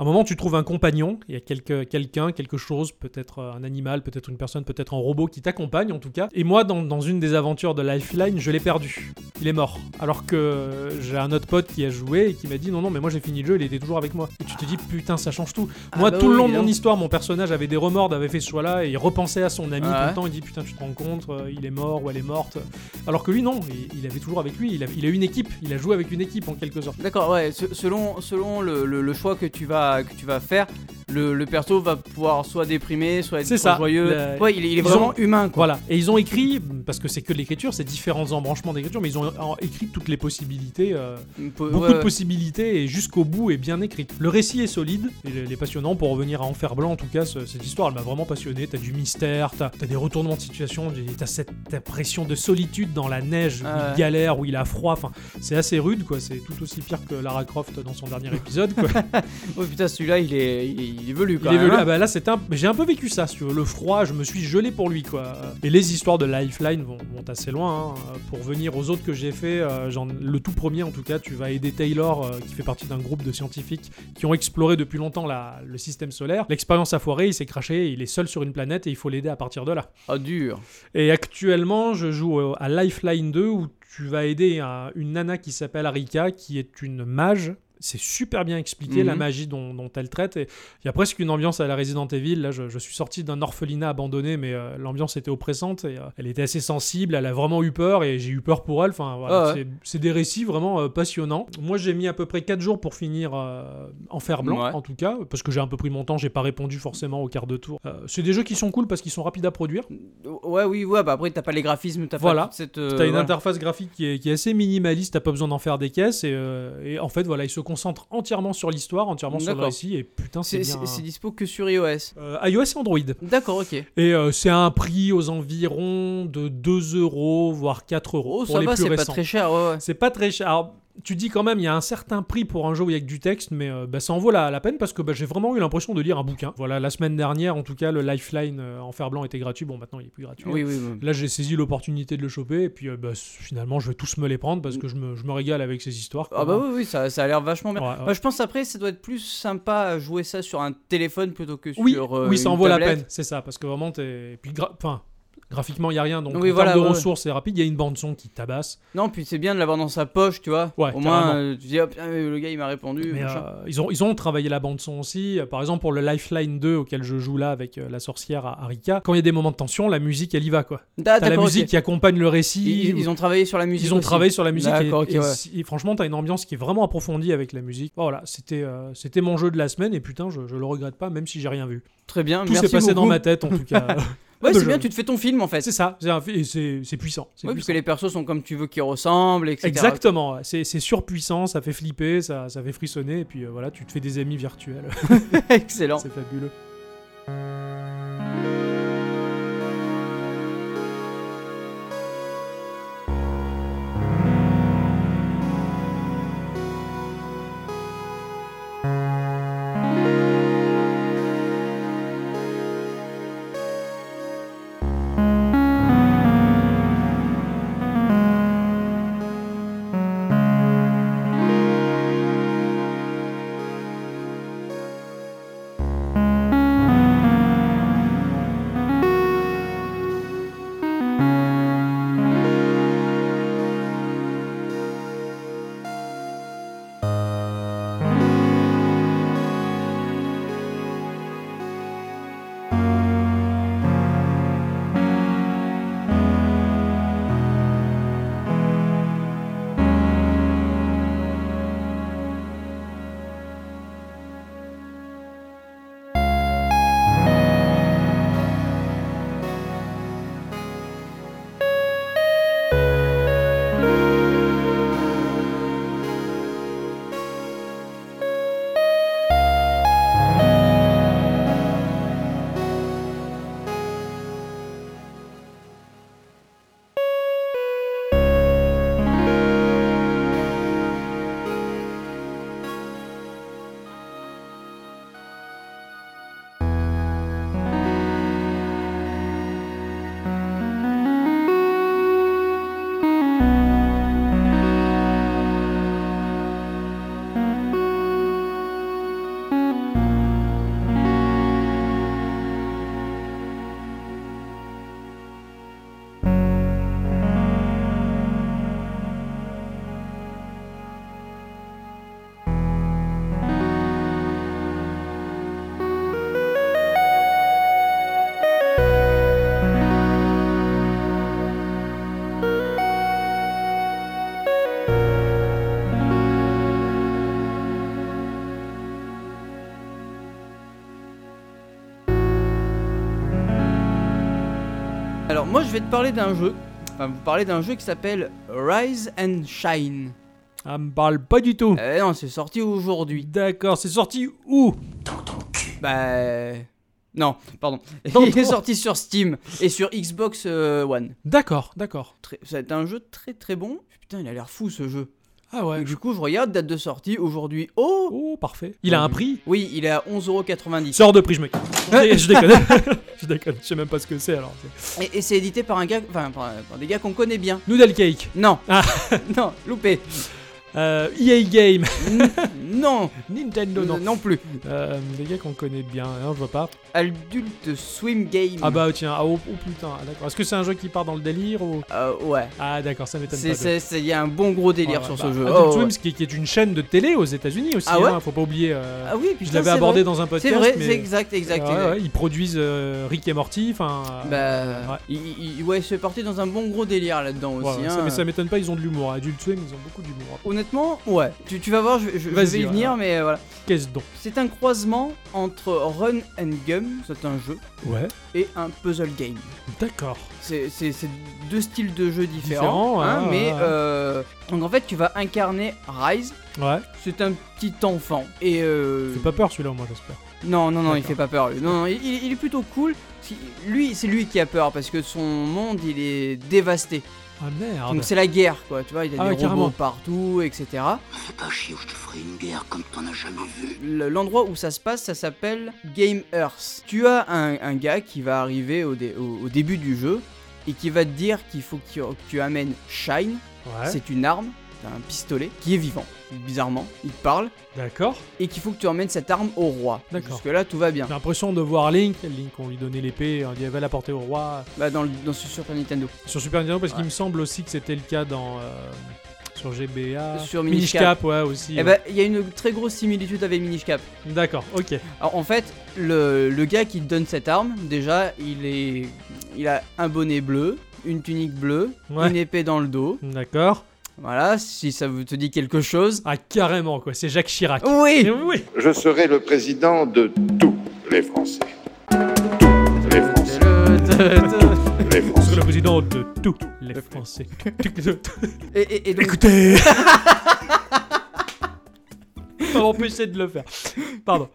à un moment, tu trouves un compagnon. Il y a quelque- quelqu'un, quelque chose, peut-être euh, un animal, peut-être une personne, peut-être un robot qui t'accompagne en tout cas. Et moi, dans, dans une des aventures de lifeline, je l'ai perdu. Il est mort. Alors que euh, j'ai un autre pote qui a joué et qui m'a dit non, non, mais moi j'ai fini le jeu, il était toujours avec moi. Et tu te dis putain, ça change tout. Ah Moi, bah tout le oui, long de évidemment. mon histoire, mon personnage avait des remords avait fait ce choix-là et il repensait à son ami Ouais. tout le temps. Il dit Putain, tu te rends compte, euh, il est mort ou elle est morte. Alors que lui, non, il, il avait toujours avec lui. Il a, il a une équipe, il a joué avec une équipe en quelque sorte. D'accord, ouais, se- selon, selon le, le- le choix que tu vas, que tu vas faire, le, le perso va pouvoir soit déprimer, soit être C'est trop ça, joyeux. le- Ouais, il, est- il est ils vraiment ont- humain quoi. Voilà. Et ils ont écrit, parce que c'est que de l'écriture, c'est différents embranchements d'écriture, mais ils ont euh, écrit toutes les possibilités. euh, Po- Beaucoup ouais, de possibilités et jusqu'au bout est bien écrite. Le récit est solide, et il est passionnant pour revenir à Enfer Blanc en tout cas, ce- cette histoire elle m'a vraiment passionné, t'as du mystère, t'as as des retournements de situation, des- t'as cette impression de solitude dans la neige, où Ah ouais. il galère, où il a froid, enfin c'est assez rude quoi, c'est tout aussi pire que Lara Croft dans son dernier épisode quoi. Oh putain, celui-là il est, il est, il est velu Il quand est même. velu- hein. ah bah là c'est un... mais J'ai un peu vécu ça, si tu veux. le froid, je me suis gelé pour lui quoi. Et les histoires de Lifeline vont, vont assez loin. hein. Pour venir aux autres que j'ai fait, euh, genre, le tout premier en tout cas, tu vas aider Taylor euh, qui fait partie d'un groupe de scientifiques qui ont exploré depuis longtemps la- le système solaire. L'expérience a foiré, il s'est craché, il est seul sur une planète et il faut l'aider à partir de là. Ah, dur. Et actuellement, je joue euh, à Lifeline 2 où tu vas aider un- une nana qui s'appelle Arika, qui est une mage. C'est super bien expliqué Mhm. la magie dont, dont elle traite. Et il y a presque une ambiance à la Resident Evil. Là, je, je suis sorti d'un orphelinat abandonné, mais euh, l'ambiance était oppressante. Et, euh, elle était assez sensible. Elle a vraiment eu peur et j'ai eu peur pour elle. Enfin, voilà, Ah ouais. c'est- c'est des récits vraiment euh, passionnants. Moi, j'ai mis à peu près 4 jours pour finir euh, en fer blanc, Ouais. en tout cas, parce que j'ai un peu pris mon temps. J'ai pas répondu forcément au quart de tour. Euh, c'est des jeux qui sont cool parce qu'ils sont rapides à produire. Ouais, oui, ouais, bah après t'as pas les graphismes, t'as Voilà. pas toute cette. euh, T'as une voilà. interface graphique qui est, qui est assez minimaliste, t'as pas besoin d'en faire des caisses, et, euh, et en fait, voilà, il se concentre entièrement sur l'histoire, entièrement sur le D'accord. récit, et putain, c'est C'est bien. c'est- c'est dispo que sur iOS. Euh, iOS et Android. D'accord, ok. Et euh, c'est un prix aux environs de 2 euros, voire 4 euros Oh, pour ça les va, plus Oh, c'est pas récents. très cher, ouais, ouais. C'est pas très cher. Alors, tu dis quand même, il y a un certain prix pour un jeu où il y a que du texte, mais euh, bah, ça en vaut la, la peine parce que bah, j'ai vraiment eu l'impression de lire un bouquin. Voilà, la semaine dernière, en tout cas, le Lifeline euh, en fer blanc était gratuit. Bon, maintenant, il est plus gratuit. Oui, oui, oui. Là, j'ai saisi l'opportunité de le choper, et puis euh, bah, c- finalement, je vais tous me les prendre parce que je me, je me régale avec ces histoires. Ah bah oui, oui, ça, ça a l'air vachement bien. Ouais, ouais. Bah, je pense après, ça doit être plus sympa à jouer ça sur un téléphone plutôt que sur Oui, euh, oui, ça en une vaut la tablette. peine, c'est ça, parce que vraiment, t'es. et Puis, gra- enfin, graphiquement, il n'y a rien, donc Oui, en voilà, termes de ouais, ouais. ressources, c'est rapide. Il y a une bande-son qui tabasse. Non, puis c'est bien de l'avoir dans sa poche, tu vois. Ouais, Au moins, carrément. euh, tu dis, ah, putain, mais le gars, il m'a répondu. Mais machin. euh, ils, ont, ils ont travaillé la bande-son aussi. Euh, Par exemple, pour le Lifeline 2, auquel je joue là avec euh, la sorcière à Arika, quand il y a des moments de tension, la musique, elle y va, quoi. Ah, T'as la d'accord, ok. musique qui accompagne le récit. Ils, ils ont travaillé sur la musique. Ils ont aussi. travaillé sur la musique et, D'accord, ok, et ouais. si- et franchement, t'as une ambiance qui est vraiment approfondie avec la musique. Voilà, c'était euh, c'était mon jeu de la semaine et putain, je, je le regrette pas, même si j'ai rien vu. Très bien. Tout merci s'est passé dans beaucoup. ma tête en tout cas. Ouais, de c'est bien, jeu. tu te fais ton film en fait. c'est ça, c'est un- et c'est c'est puissant. c'est puissant. Oui, puisque les persos sont comme tu veux qu'ils ressemblent, etc. Exactement, ouais. c'est c'est surpuissant, ça fait flipper, ça, ça fait frissonner, et puis euh, voilà, tu te fais des amis virtuels. Excellent. c'est fabuleux. Alors, moi, je vais te parler d'un jeu. Enfin, vous parler d'un jeu qui s'appelle Rise and Shine. Ah, me parle pas du tout. Eh non, c'est sorti aujourd'hui. D'accord, c'est sorti où Bah. Non, pardon. Non, Il est non. sorti sur Steam et sur Xbox euh, One. D'accord, d'accord. Très- Ça a été un jeu très très bon. Putain, il a l'air fou ce jeu. Ah ouais. Donc, du coup, je regarde date de sortie aujourd'hui. Oh Oh, parfait. Il a un prix Oui, il est à 11,90€. Sors de prix, je me... Je déconne. je déconne, je sais même pas ce que c'est alors. Et, et c'est édité par un gars, enfin, par, par des gars qu'on connaît bien. Noodle Cake, Non Ah. Non, loupé euh, EA Game, N- Non Nintendo, Non, non. plus Euh, des gars qu'on connaît bien, hein, je vois pas. Adult Swim Game. Ah bah tiens, ah, oh, oh, putain, ah, d'accord. Est-ce que c'est un jeu qui part dans le délire ou... Euh, ouais. Ah d'accord, ça m'étonne pas. C'est- de- c'est- c'est- Il y a un bon gros délire Ouais, sur bah, ce jeu. Adult Oh, ouais. Swim, qui, qui est une chaîne de télé aux États-Unis aussi. Ah ouais hein, faut pas oublier. euh, Ah oui, je putain, l'avais c'est abordé vrai. dans un podcast. C'est vrai, mais- c'est exact, exact. Ah ouais, exact. ouais, ils produisent euh, Rick et Morty. Enfin. euh, Bah, Ouais. il, il- ouais, c'est parti dans un bon gros délire là-dedans ouais, aussi. ouais, hein. euh, ça, mais ça m'étonne pas, ils ont de l'humour. Adult Swim, ils ont beaucoup d'humour. Honnêtement, ouais. Tu, tu vas voir, je, je- je Vas-y, vais y ouais, venir, mais euh, voilà. Qu'est-ce donc C'est un croisement entre Run and Gum, c'est un jeu, Ouais. et un puzzle game. D'accord. C'est c'est- c'est deux styles de jeux différents, Différents, hein, ouais, mais ouais, ouais. euh, donc en fait tu vas incarner Rise. Ouais. C'est un petit enfant et euh, Fais pas peur celui-là, moi j'espère. non non non il fait pas peur lui. Non, non, il, il est plutôt cool. Si- Lui c'est lui qui a peur parce que son monde il est dévasté. Ah merde. Donc c'est la guerre, quoi. Tu vois, il y a Ah des ouais, carrément. robots partout, etc. Fais pas chier ou je te ferai une guerre comme t'en as jamais vu. Le- L'endroit où ça se passe, ça s'appelle Game Earth. Tu as un, un gars qui va arriver au, dé- au- au début du jeu et qui va te dire qu'il faut que tu, que tu amènes Shine, Ouais. c'est une arme, t'as un pistolet, qui est vivant, bizarrement, il te parle, D'accord. et qu'il faut que tu emmènes cette arme au roi. D'accord. Jusque-là, tout va bien. J'ai l'impression de voir Link. Link, on lui donnait l'épée, on lui avait la portée au roi. Bah, dans, le- dans ce Super Nintendo. Sur Super Nintendo, parce Ouais. qu'il me semble aussi que c'était le cas dans. euh, sur GBA. Sur Minish Minish Cap. Cap, ouais, aussi. Eh ouais. ben, il y a une très grosse similitude avec Minish Cap. D'accord, ok. Alors, en fait, le, le gars qui te donne cette arme, déjà, il est, il a un bonnet bleu, une tunique bleue, Ouais. une épée dans le dos. D'accord. Voilà, si ça vous te dit quelque chose. Ah, carrément, quoi. C'est Jacques Chirac. Oui Eh oui. Je serai le président de tous les Français. Tous les Français. Tous les Parce que Français. le président de tous les Français. et, et- et donc, Écoutez On m'empêcher de le faire. Pardon.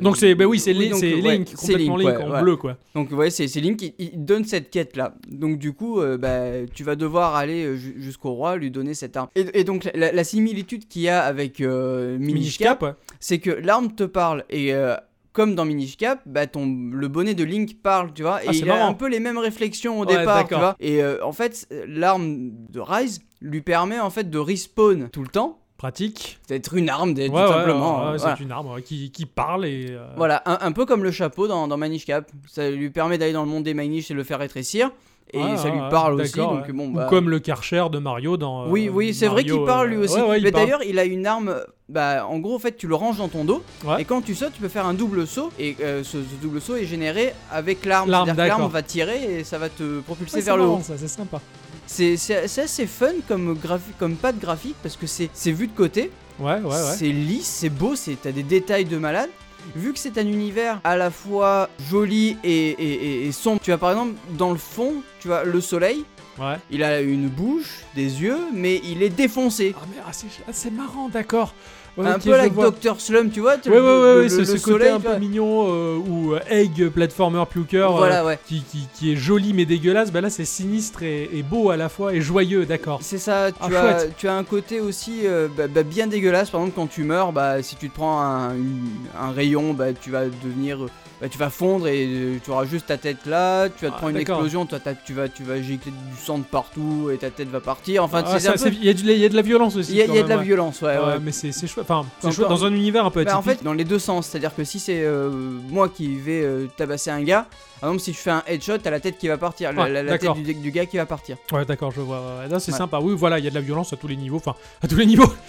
Donc c'est bah oui, c'est Oui, Link, donc, c'est ouais, Link, c'est complètement Link, Link, en ouais, ouais. bleu quoi. donc ouais, c'est c'est Link qui il te donne cette quête là. Donc du coup, euh, bah, tu vas devoir aller euh, ju- jusqu'au roi, lui donner cette arme. Et, et donc la- la, la similitude qu'il y a avec euh, Minish Minish Cap, Cap, ouais. c'est que l'arme te parle et euh, comme dans Minish Cap, bah ton le bonnet de Link parle, tu vois, et Ah, c'est il a marrant. un peu les mêmes réflexions au Ouais, départ, tu d'accord. vois. Et euh, en fait, l'arme de Rise lui permet en fait de respawn tout le temps, pratique. d'être une arme d'être Ouais, tout ouais, simplement. ouais, euh, ouais, voilà. C'est une arme ouais, qui, qui parle et euh, Voilà, un, un peu comme le chapeau dans, dans Manish Cap, ça lui permet d'aller dans le monde des Manish et le faire rétrécir, et ouais, ça ouais, lui ouais, parle aussi, d'accord, donc ouais. bon. Ou bah, comme le Karcher de Mario dans. euh, Oui, oui, c'est vrai Mario, qu'il parle lui euh, aussi. ouais, ouais, il mais parle. d'ailleurs, il a une arme. euh, Bah, en gros, en fait, tu le ranges dans ton dos. Ouais. Et quand tu sautes, tu peux faire un double saut. Et euh, ce, ce double saut est généré avec l'arme. L'arme, C'est-à-dire que l'arme d'accord. va tirer et ça va te propulser Ouais, vers le marrant, haut. ça, c'est sympa. C'est c'est- c'est assez fun comme, graphi- comme pas de graphique parce que c'est c'est vu de côté. Ouais, ouais, ouais. C'est lisse, c'est beau, c'est- t'as des détails de malade. Vu que c'est un univers à la fois joli et, et- et- et sombre, tu as par exemple dans le fond, tu vois le soleil, Ouais. il a une bouche, des yeux, mais il est défoncé. Ah mais ah, c'est ah, c'est marrant, d'accord. Ouais, un ok, peu je like vois. Doctor Slum, tu vois tu- Ouais, ouais, le- ouais, le- ouais, c'est le ce côté soleil, un tu peu vois. mignon euh, ou euh, egg platformer plucker euh, Voilà, ouais. qui, qui- qui est joli mais dégueulasse. Bah là, c'est sinistre et, et beau à la fois et joyeux, d'accord. C'est ça, tu, Ah, as, chouette. tu as un côté aussi euh, bah, bah, bien dégueulasse. Par exemple, quand tu meurs, bah, si tu te prends un, une- un rayon, bah, tu vas devenir. euh, bah, tu vas fondre et euh, tu auras juste ta tête là. Tu vas te Ah, prendre une d'accord. explosion, toi, t'as- tu, vas, tu vas gicler du sang de partout et ta tête va partir. Enfin, Ah, c'est un ça, peu. c'est- Il y, a du- il y a de la violence aussi. Il y a, quand il y a de la même, ouais. violence, ouais. ouais. Ouais, mais c'est c'est chouette. Enfin, c'est Encore- chouette dans un univers un peu Bah, atypique. en fait, dans les deux sens, c'est-à-dire que si c'est euh, moi qui vais euh, tabasser un gars, par exemple, si je fais un headshot, t'as la tête qui va partir, la, Ouais, la- la tête d'accord. du, du gars qui va partir. Ouais, d'accord, je vois. ouais, ouais. Là, c'est Ouais. sympa. Oui, voilà, il y a de la violence à tous les niveaux. Enfin, à tous les niveaux.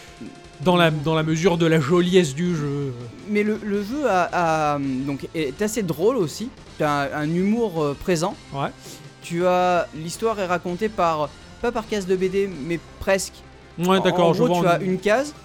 Dans la, dans la mesure de la joliesse du jeu. Mais le, le jeu a, a, donc, est assez drôle aussi. T'as un, un humour euh, présent. Ouais. Tu as l'histoire est racontée par pas par case de BD, mais presque. Ouais, En- d'accord, en je gros, vois. tu en- as une case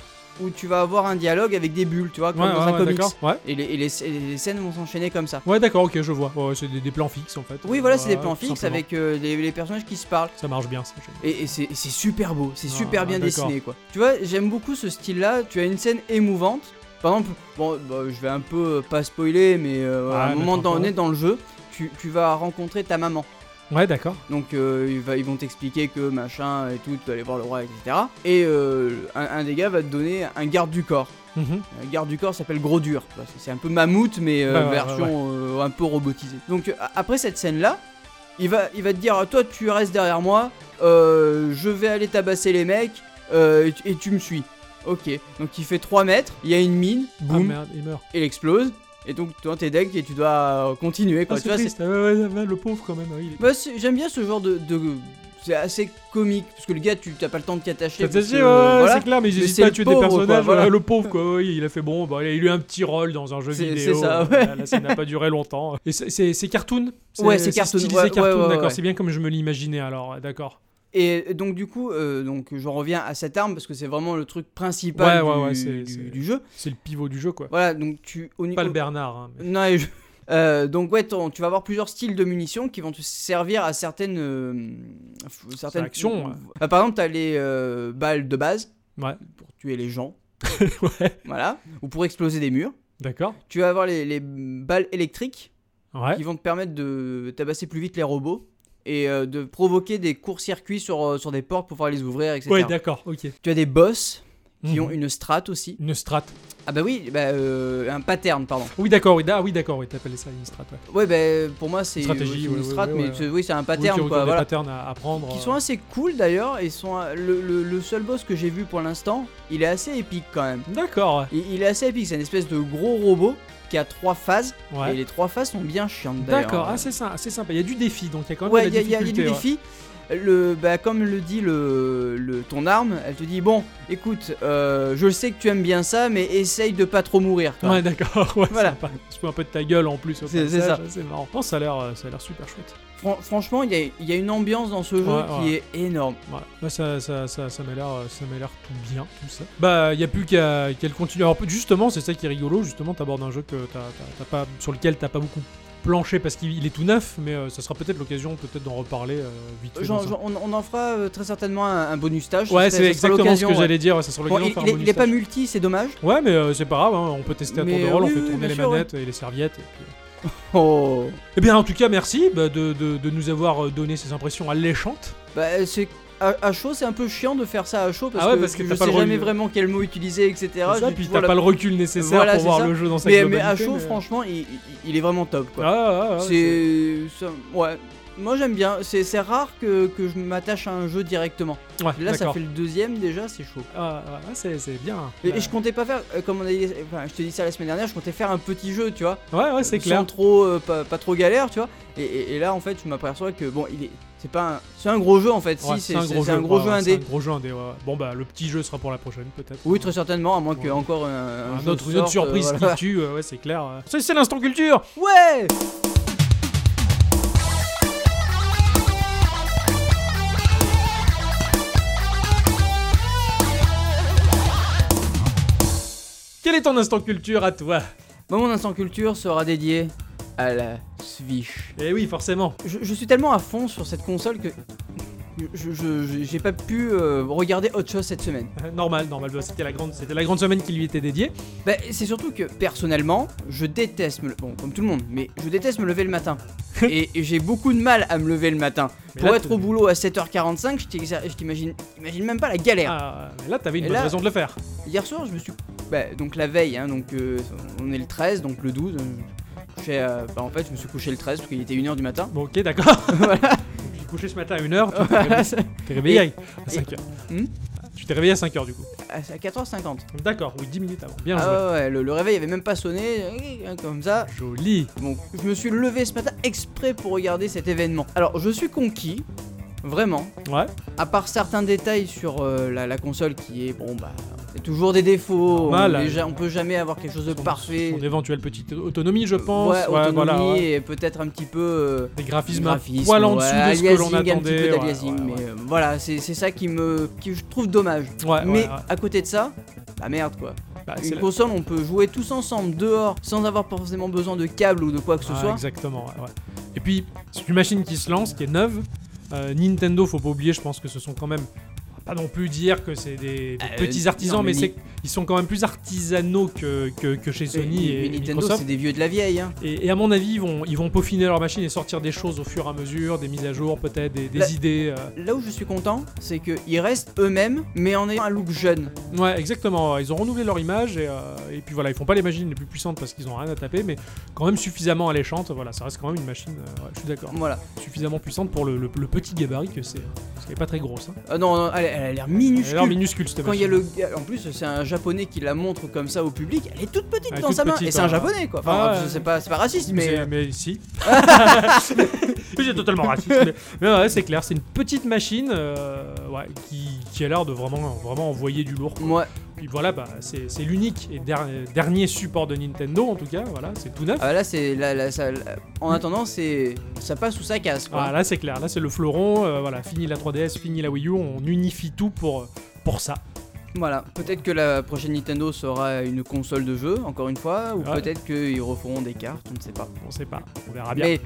où tu vas avoir un dialogue avec des bulles, tu vois, comme Ouais, dans ouais, un ouais, comics. d'accord. Ouais. Et les, et les- et les scènes vont s'enchaîner comme ça. Ouais, d'accord, ok, je vois. Ouais, ouais, c'est des, des plans fixes en fait. Oui, voilà, c'est des Ouais, plans tout fixes simplement. avec euh, les- les personnages qui se parlent. Ça marche bien, ça. j'aime. Et, et c'est et c'est super beau, c'est Ah, super bien d'accord. dessiné quoi. Tu vois, j'aime beaucoup ce style-là. Tu as une scène émouvante. Par exemple, bon, bah, je vais un peu euh, pas spoiler, mais euh, Ouais, à un mais moment tranquille. donné dans le jeu, tu, tu vas rencontrer ta maman. Ouais, d'accord. Donc euh, il va- ils vont t'expliquer que machin et tout, tu dois aller voir le roi, etc. Et euh, un, un des gars va te donner un garde du corps. Mhm. Le garde du corps s'appelle Gros Dur. Bah, c'est- C'est un peu mammouth, mais euh, Bah, Ouais, ouais, ouais, version euh, un peu robotisée. Donc euh, a- après cette scène-là, il va, il va te dire Toi, tu restes derrière moi, euh, je vais aller tabasser les mecs, euh, et, tu- et tu me suis. Ok. Donc il fait 3 mètres, il y a une mine, Ah boum, merde, il meurt. il explose. Et donc toi, t'es deg et tu dois euh, continuer. Ah, Quoi. Tu c'est vois, c'est- triste. Ah, ouais, ouais, ouais, le pauvre quand même. ouais, il est- bah, c'est- J'aime bien ce genre de. de- c'est assez comique, parce que le gars, tu t'as pas le temps de t'y attacher. Ça te parce dit, que, ouais, euh, ouais, voilà. c'est clair, mais ils Mais hésitent c'est pas à le tuer pauvre, des personnages. quoi, voilà. ouais, le pauvre, quoi. ouais, il a fait bon, bah, il a eu un petit rôle dans un jeu C'est- c'est vidéo. ça, euh, ouais. là, là, ça n'a pas duré longtemps. Et c'est- c'est c'est cartoon Ouais, c'est cartoon, stylisé ouais, ouais, cartoon, ouais, ouais, d'accord. ouais. C'est bien comme je me l'imaginais, alors, ouais, d'accord. Et donc du coup, euh, donc j'en reviens à cette arme parce que c'est vraiment le truc principal Ouais, ouais, du, ouais, c'est- du- c'est- du jeu. C'est le pivot du jeu, quoi. Voilà, donc tu au niveau Pas le Bernard. hein, mais- Non, et je- Euh, donc ouais, ton- tu vas avoir plusieurs styles de munitions qui vont te servir à certaines euh, f- certaines actions, ouais. Bah, par exemple, t'as les euh, balles de base Ouais. pour tuer les gens, ouais, voilà, ou pour exploser des murs. d'accord. Tu vas avoir les, les balles électriques Ouais. qui vont te permettre de tabasser plus vite les robots. et euh, de provoquer des courts-circuits sur, euh, sur des portes pour pouvoir les ouvrir, etc. Ouais, d'accord, ok. tu as des boss qui ont Mhm. une strat aussi. Une strat. Ah bah oui, bah, euh, un pattern, pardon. Oui, d'accord, oui, ah, oui, d'accord, oui, t'appelles ça une strat, ouais. Ouais, bah pour moi c'est Stratégie, c'est ouais, une ouais, strat, ouais, mais ouais. c'est- oui c'est un Oui, pattern qui ont quoi, des voilà. patterns à, à prendre. Qui euh, sont assez cool d'ailleurs, et sont euh, le, le- le seul boss que j'ai vu pour l'instant, il est assez épique quand même. D'accord, Il, il est assez épique, c'est une espèce de gros robot qui a trois phases, ouais. et les trois phases sont bien chiantes d'ailleurs. hein. D'accord, ah, c'est ça, c'est sympa. Il y a du défi, donc il y a quand même Ouais, de il y, la a- y a- y a du difficulté, ouais. défi. Le, bah, comme le dit le, le- ton arme, elle te dit Bon, écoute, euh, je sais que tu aimes bien ça, mais essaye de pas trop mourir. quoi. Ouais, d'accord, ouais, Voilà. voilà. sympa. Tu fous un peu de ta gueule en plus. au C'est- c'est passage, C'est marrant. Non, ça a l'air euh, ça a l'air super chouette. Fran- franchement, il y a, il y a une ambiance dans ce jeu Ouais, qui est énorme. Ouais, Ouais, ça, ça, ça, ça m'a l'air euh, ça m'a l'air tout bien, tout ça. Bah, il n'y a plus qu'à qu'elle continue. Alors, justement, c'est ça qui est rigolo. Justement, t'abordes un jeu que t'as- t'as- t'as pas, sur lequel t'as pas beaucoup planché parce qu'il il est tout neuf, mais euh, ça sera peut-être l'occasion peut-être d'en reparler euh, vite fait. Genre- dans un- genre, on, on en fera euh, très certainement un, un bonus stage. Ouais, c'est ça- ça sera exactement ce l'occasion, que ouais. j'allais dire. ouais, Ça sera Bon, l'occasion de il, faire il est- un il est pas bonus multi, c'est dommage. stage. Ouais, mais euh, c'est pas grave. hein, on peut tester à tour Mais, de euh, rôle. oui, on oui, fait tourner bien les sûr, ouais. manettes et les serviettes. et puis- Oh. Eh bien, en tout cas, merci bah, de, de- de nous avoir euh, donné ces impressions alléchantes. Bah, c'est. À, à chaud, c'est un peu chiant de faire ça à chaud parce Ah ouais, que, parce que je t'as pas sais le jamais revenu. vraiment quel mot utiliser, etc. C'est Je ça, dis, puis t'as voilà. pas le recul nécessaire Voilà, pour c'est voir ça. le jeu dans sa mais, mais globalité. à chaud, mais- franchement, il, il- il est vraiment top. Quoi. Ah, ah, ah, c'est. ça- Ouais. Moi, j'aime bien. C'est c'est rare que, que je m'attache à un jeu directement. c'est- ouais, Là, ça d'accord. fait le deuxième déjà, c'est chaud. Ah, ah, ah, c'est c'est bien. Et, et je comptais pas faire, euh, comme on a dit, enfin, je te dis ça la semaine dernière, je comptais faire un petit jeu, tu vois. Ouais, ouais, c'est sans clair. trop, euh, pas, pas trop galère, tu vois. Et, et- et là, en fait, je m'aperçois que bon, il est, c'est pas, un, c'est un gros jeu en fait. Ouais, si, c'est, c'est- c'est un ouais, gros ouais, jeu C'est indé. un gros jeu indé, ouais, ouais. Bon, bah, le petit jeu sera pour la prochaine, peut-être. Oui, très certainement, à moins que Ouais. encore un, un Un jeu autre, une autre sorte, euh, surprise voilà. qui tue, euh, ouais, c'est clair. euh. C'est c'est l'instant culture Ouais. Quel est ton instant culture à toi Bon, mon instant culture sera dédié à la Switch. Eh oui, forcément. Je, je suis tellement à fond sur cette console que je, je- je- j'ai pas pu euh, regarder autre chose cette semaine. Normal, normal. bah, C'était la, grande- c'était la grande semaine qui lui était dédiée. Bah, c'est surtout que personnellement, je déteste me le... bon comme tout le monde, mais je déteste me lever le matin. et et j'ai beaucoup de mal à me lever le matin. Mais Pour là, être tu- au boulot à 7h45, je t'exa- je t'imagine imagine même pas la galère. Ah, mais là, t'avais une Et bonne là- raison de le faire. Hier soir, je me suis bah, donc la veille hein, donc euh, on est le 13 donc le 12 euh, je me suis couché, euh, bah, en fait, je me suis couché le 13 parce qu'il était 1h du matin. Bon, ok, d'accord. Je suis couché ce matin à 1h, tu Voilà, c'est- t'es réveillé à 5h. Hmm Tu t'es réveillé à 5h du coup. à Ah, c'est à 4h50. D'accord, oui, 10 minutes avant. Bien joué. Ah ouais, ouais, le, le réveil avait même pas sonné, euh, comme ça. Joli. Donc je me suis levé ce matin exprès pour regarder cet événement. Alors je suis conquis, vraiment. Ouais. À part certains détails sur euh, la, la console qui est bon bah c'est toujours des défauts. Normal. on, est ja- on peut jamais avoir quelque chose de Son- parfait. Son éventuelle petite autonomie, je pense. ouais, autonomie voilà. ouais. et peut-être un petit peu. euh, Des graphismes, graphisme, un poil en ouais, dessous de ce que l'on aliasing, un petit attendait. peu ouais, d'aliasing, ouais, mais euh, voilà, c'est c'est ça qui me, qui je trouve dommage. ouais. Ouais, mais ouais, ouais. à côté de ça, bah merde quoi. Bah, c'est Une la- console, on peut jouer tous ensemble dehors sans avoir forcément besoin de câble ou de quoi que ce Ah, soit. Exactement, ouais, ouais. Et puis, c'est une machine qui se lance, qui est neuve. Euh, Nintendo, faut pas oublier, je pense que ce sont quand même. on va Pas non plus dire que c'est des, des Euh, petits non, artisans, mais mais, c'est Ni- ils sont quand même plus artisanaux que, que, que chez Sony Mais- et, mais et Nintendo, Microsoft. c'est des vieux de la vieille. Hein. Et, et à mon avis, ils vont, ils vont peaufiner leur machine et sortir des choses au fur et à mesure, des mises à jour peut-être, des, des La- idées. euh. Là où je suis content, c'est qu'ils restent eux-mêmes, mais en ayant un look jeune. Ouais, exactement. Ils ont renouvelé leur image et, euh, et puis voilà, ils font pas les machines les plus puissantes parce qu'ils ont rien à taper, mais quand même suffisamment alléchante. Voilà, ça reste quand même une machine, euh, ouais, je suis d'accord, Voilà. suffisamment puissante pour le, le- le petit gabarit que c'est. Parce qu'elle est pas très grosse. Hein. Ah non, non, elle, elle a l'air Elle a minuscule. l'air minuscule cette Quand il y a machine. le gars- en plus c'est un japonais qui la montre comme ça au public, elle est toute petite Elle est dans toute sa main petite, et c'est un ouais. Ah japonais quoi. Enfin, Ouais. c'est pas c'est pas raciste mais euh. Mais, mais si. J'ai totalement raciste. Mais, mais ouais, c'est clair, c'est une petite machine euh, ouais, qui, qui a l'air de vraiment, vraiment envoyer du lourd. quoi. moi Puis voilà, bah, c'est c'est l'unique et der- dernier support de Nintendo en tout cas, voilà, c'est tout neuf. Ah bah là c'est là, là, ça- là- en attendant c'est ça passe ou ça casse quoi. Voilà, là c'est clair, là c'est le fleuron, euh, voilà, fini la 3DS, fini la Wii U, on unifie tout pour, pour ça. Voilà, peut-être que la prochaine Nintendo sera une console de jeu encore une fois ou Ouais. peut-être qu'ils referont des cartes, on ne sait pas. On sait pas, on verra bien. Mais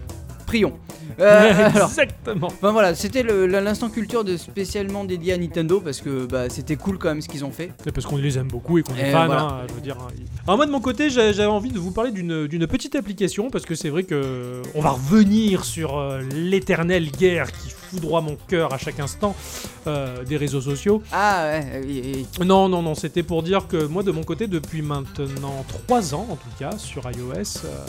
prions. Euh, alors, Exactement. Enfin voilà, c'était le- la- l'instant culture de spécialement dédié à Nintendo parce que bah, c'était cool quand même ce qu'ils ont fait. C'est parce qu'on les aime beaucoup et qu'on est Et fan, Eh, voilà. hein, je veux dire. hein. Alors moi de mon côté, j'a- j'avais envie de vous parler d'une d'une petite application parce que c'est vrai que on va revenir sur euh, l'éternelle guerre qui foudroie mon cœur à chaque instant euh, des réseaux sociaux. Ah ouais, et- et- Non, non, non, c'était pour dire que moi de mon côté, depuis maintenant 3 ans en tout cas, sur iOS, euh,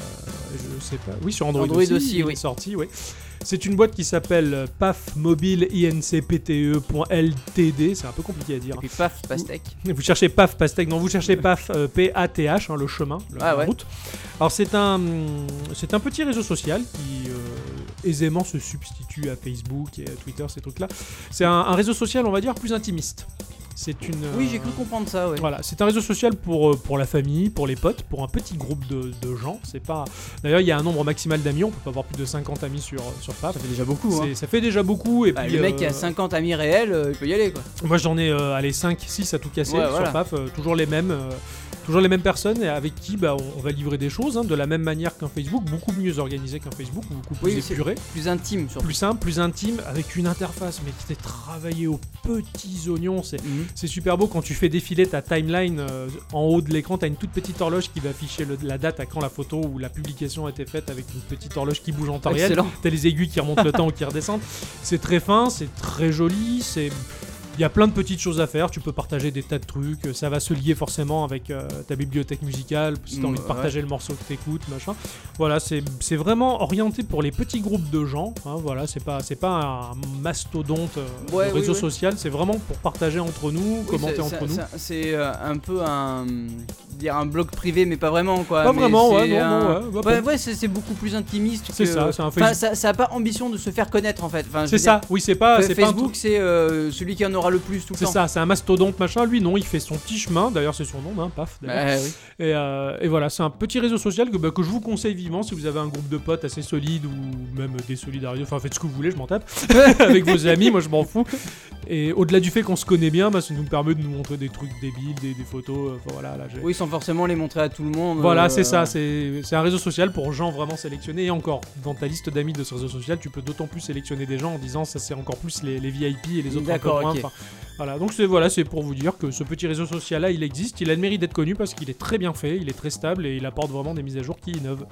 je sais pas, oui sur Android, Android aussi, il oui. est sorti, oui. C'est une boîte qui s'appelle euh, E pafmobileincpte.ltd, c'est un peu compliqué à dire. hein. et puis paf, pastèque. Vous cherchez PAF, pastèque, non, vous cherchez PAF, euh, P-A-T-H, hein, le chemin, le- Ah la ouais. route. Alors c'est un, hum, c'est un petit réseau social qui euh, aisément se substitue à Facebook et à Twitter, ces trucs-là. C'est un, un réseau social, on va dire, plus intimiste. C'est une... Oui, euh, j'ai cru comprendre ça, ouais. voilà, c'est un réseau social pour, euh, pour la famille, pour les potes, pour un petit groupe de, de gens. C'est pas. D'ailleurs, il y a un nombre maximal d'amis. On peut pas avoir plus de 50 amis sur euh, sur PAF. Ça fait déjà beaucoup, hein. C'est- Ça fait déjà beaucoup. Et Bah, puis, le mec euh, qui a 50 amis réels, euh, il peut y aller quoi. moi j'en ai euh, allez 5 6 à tout casser Ouais, sur voilà. PAF, euh, toujours les mêmes euh, toujours les mêmes personnes et avec qui bah, on, on va livrer des choses hein, de la même manière qu'un Facebook, beaucoup mieux organisé qu'un Facebook, beaucoup plus Oui, c'est- épuré, Plus intime surtout. plus simple, plus intime avec une interface mais qui était travaillée aux petits oignons, c'est Mhm. c'est super beau quand tu fais défiler ta timeline euh, en haut de l'écran, t'as une toute petite horloge qui va afficher le- la date à quand la photo ou la publication a été faite avec une petite horloge qui bouge en temps réel. Excellent. T'as les aiguilles qui remontent le temps ou qui redescendent. C'est très fin, c'est très joli, c'est. Il y a plein de petites choses à faire, tu peux partager des tas de trucs, Euh, ça va se lier forcément avec euh, ta bibliothèque musicale, si t'as Mm, envie de ouais. partager le morceau que t'écoutes, machin. Voilà, c'est c'est vraiment orienté pour les petits groupes de gens, hein, voilà, c'est pas, c'est pas un mastodonte euh, Ouais, de oui, réseau oui. social, c'est vraiment pour partager entre nous, Oui, commenter c'est- entre c'est- nous. c'est- C'est euh, un peu un. dire un blog privé, mais pas vraiment quoi. Pas Mais vraiment, ouais, c'est non, un- non, ouais, bah, Ouais, bon. ouais, c'est c'est beaucoup plus intimiste. C'est que- ça, c'est un Enfin, Facebook. ça ça a pas ambition de se faire connaître en fait. Enfin, je C'est veux dire, ça, oui, c'est pas, Fa- c'est pas un Facebook, c'est euh, celui qui en aura le plus tout le C'est temps. ça, c'est un mastodonte machin. Lui, non, il fait son petit chemin. D'ailleurs, c'est son nom, hein, paf. d'ailleurs. Bah, oui. Et, euh, et voilà, c'est un petit réseau social que, bah, que je vous conseille vivement si vous avez un groupe de potes assez solide ou même des solidarios. Enfin, faites ce que vous voulez, je m'en tape. Avec vos amis, moi je m'en fous. Et au-delà du fait qu'on se connaît bien, bah, ça nous permet de nous montrer des trucs débiles, des, des photos. euh, Enfin voilà, là j'ai. Oui, sans forcément les montrer à tout le monde. Voilà, euh, c'est ça, c'est c'est un réseau social pour gens vraiment sélectionnés. Et encore, dans ta liste d'amis de ce réseau social, tu peux d'autant plus sélectionner des gens en disant ça c'est encore plus les, les VIP et les autres un peu D'accord, moins. ok. Enfin, voilà, donc c'est voilà, c'est pour vous dire que ce petit réseau social là, il existe, il a le mérite d'être connu parce qu'il est très bien fait, il est très stable et il apporte vraiment des mises à jour qui innovent.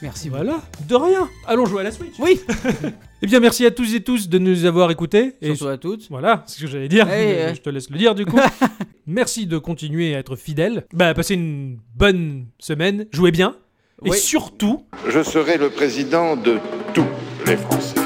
Merci. beaucoup. Voilà, de rien. Allons jouer à la Switch. Oui. Eh bien, merci à tous et tous de nous avoir écoutés et Surtout à toutes. voilà, c'est ce que j'allais dire. Ouais, Je- Eh ouais. Je te laisse le dire du coup. Merci de continuer à être fidèle. Bah, passez une bonne semaine, jouez bien. Et Oui. surtout, Je serai le président de tous les Français.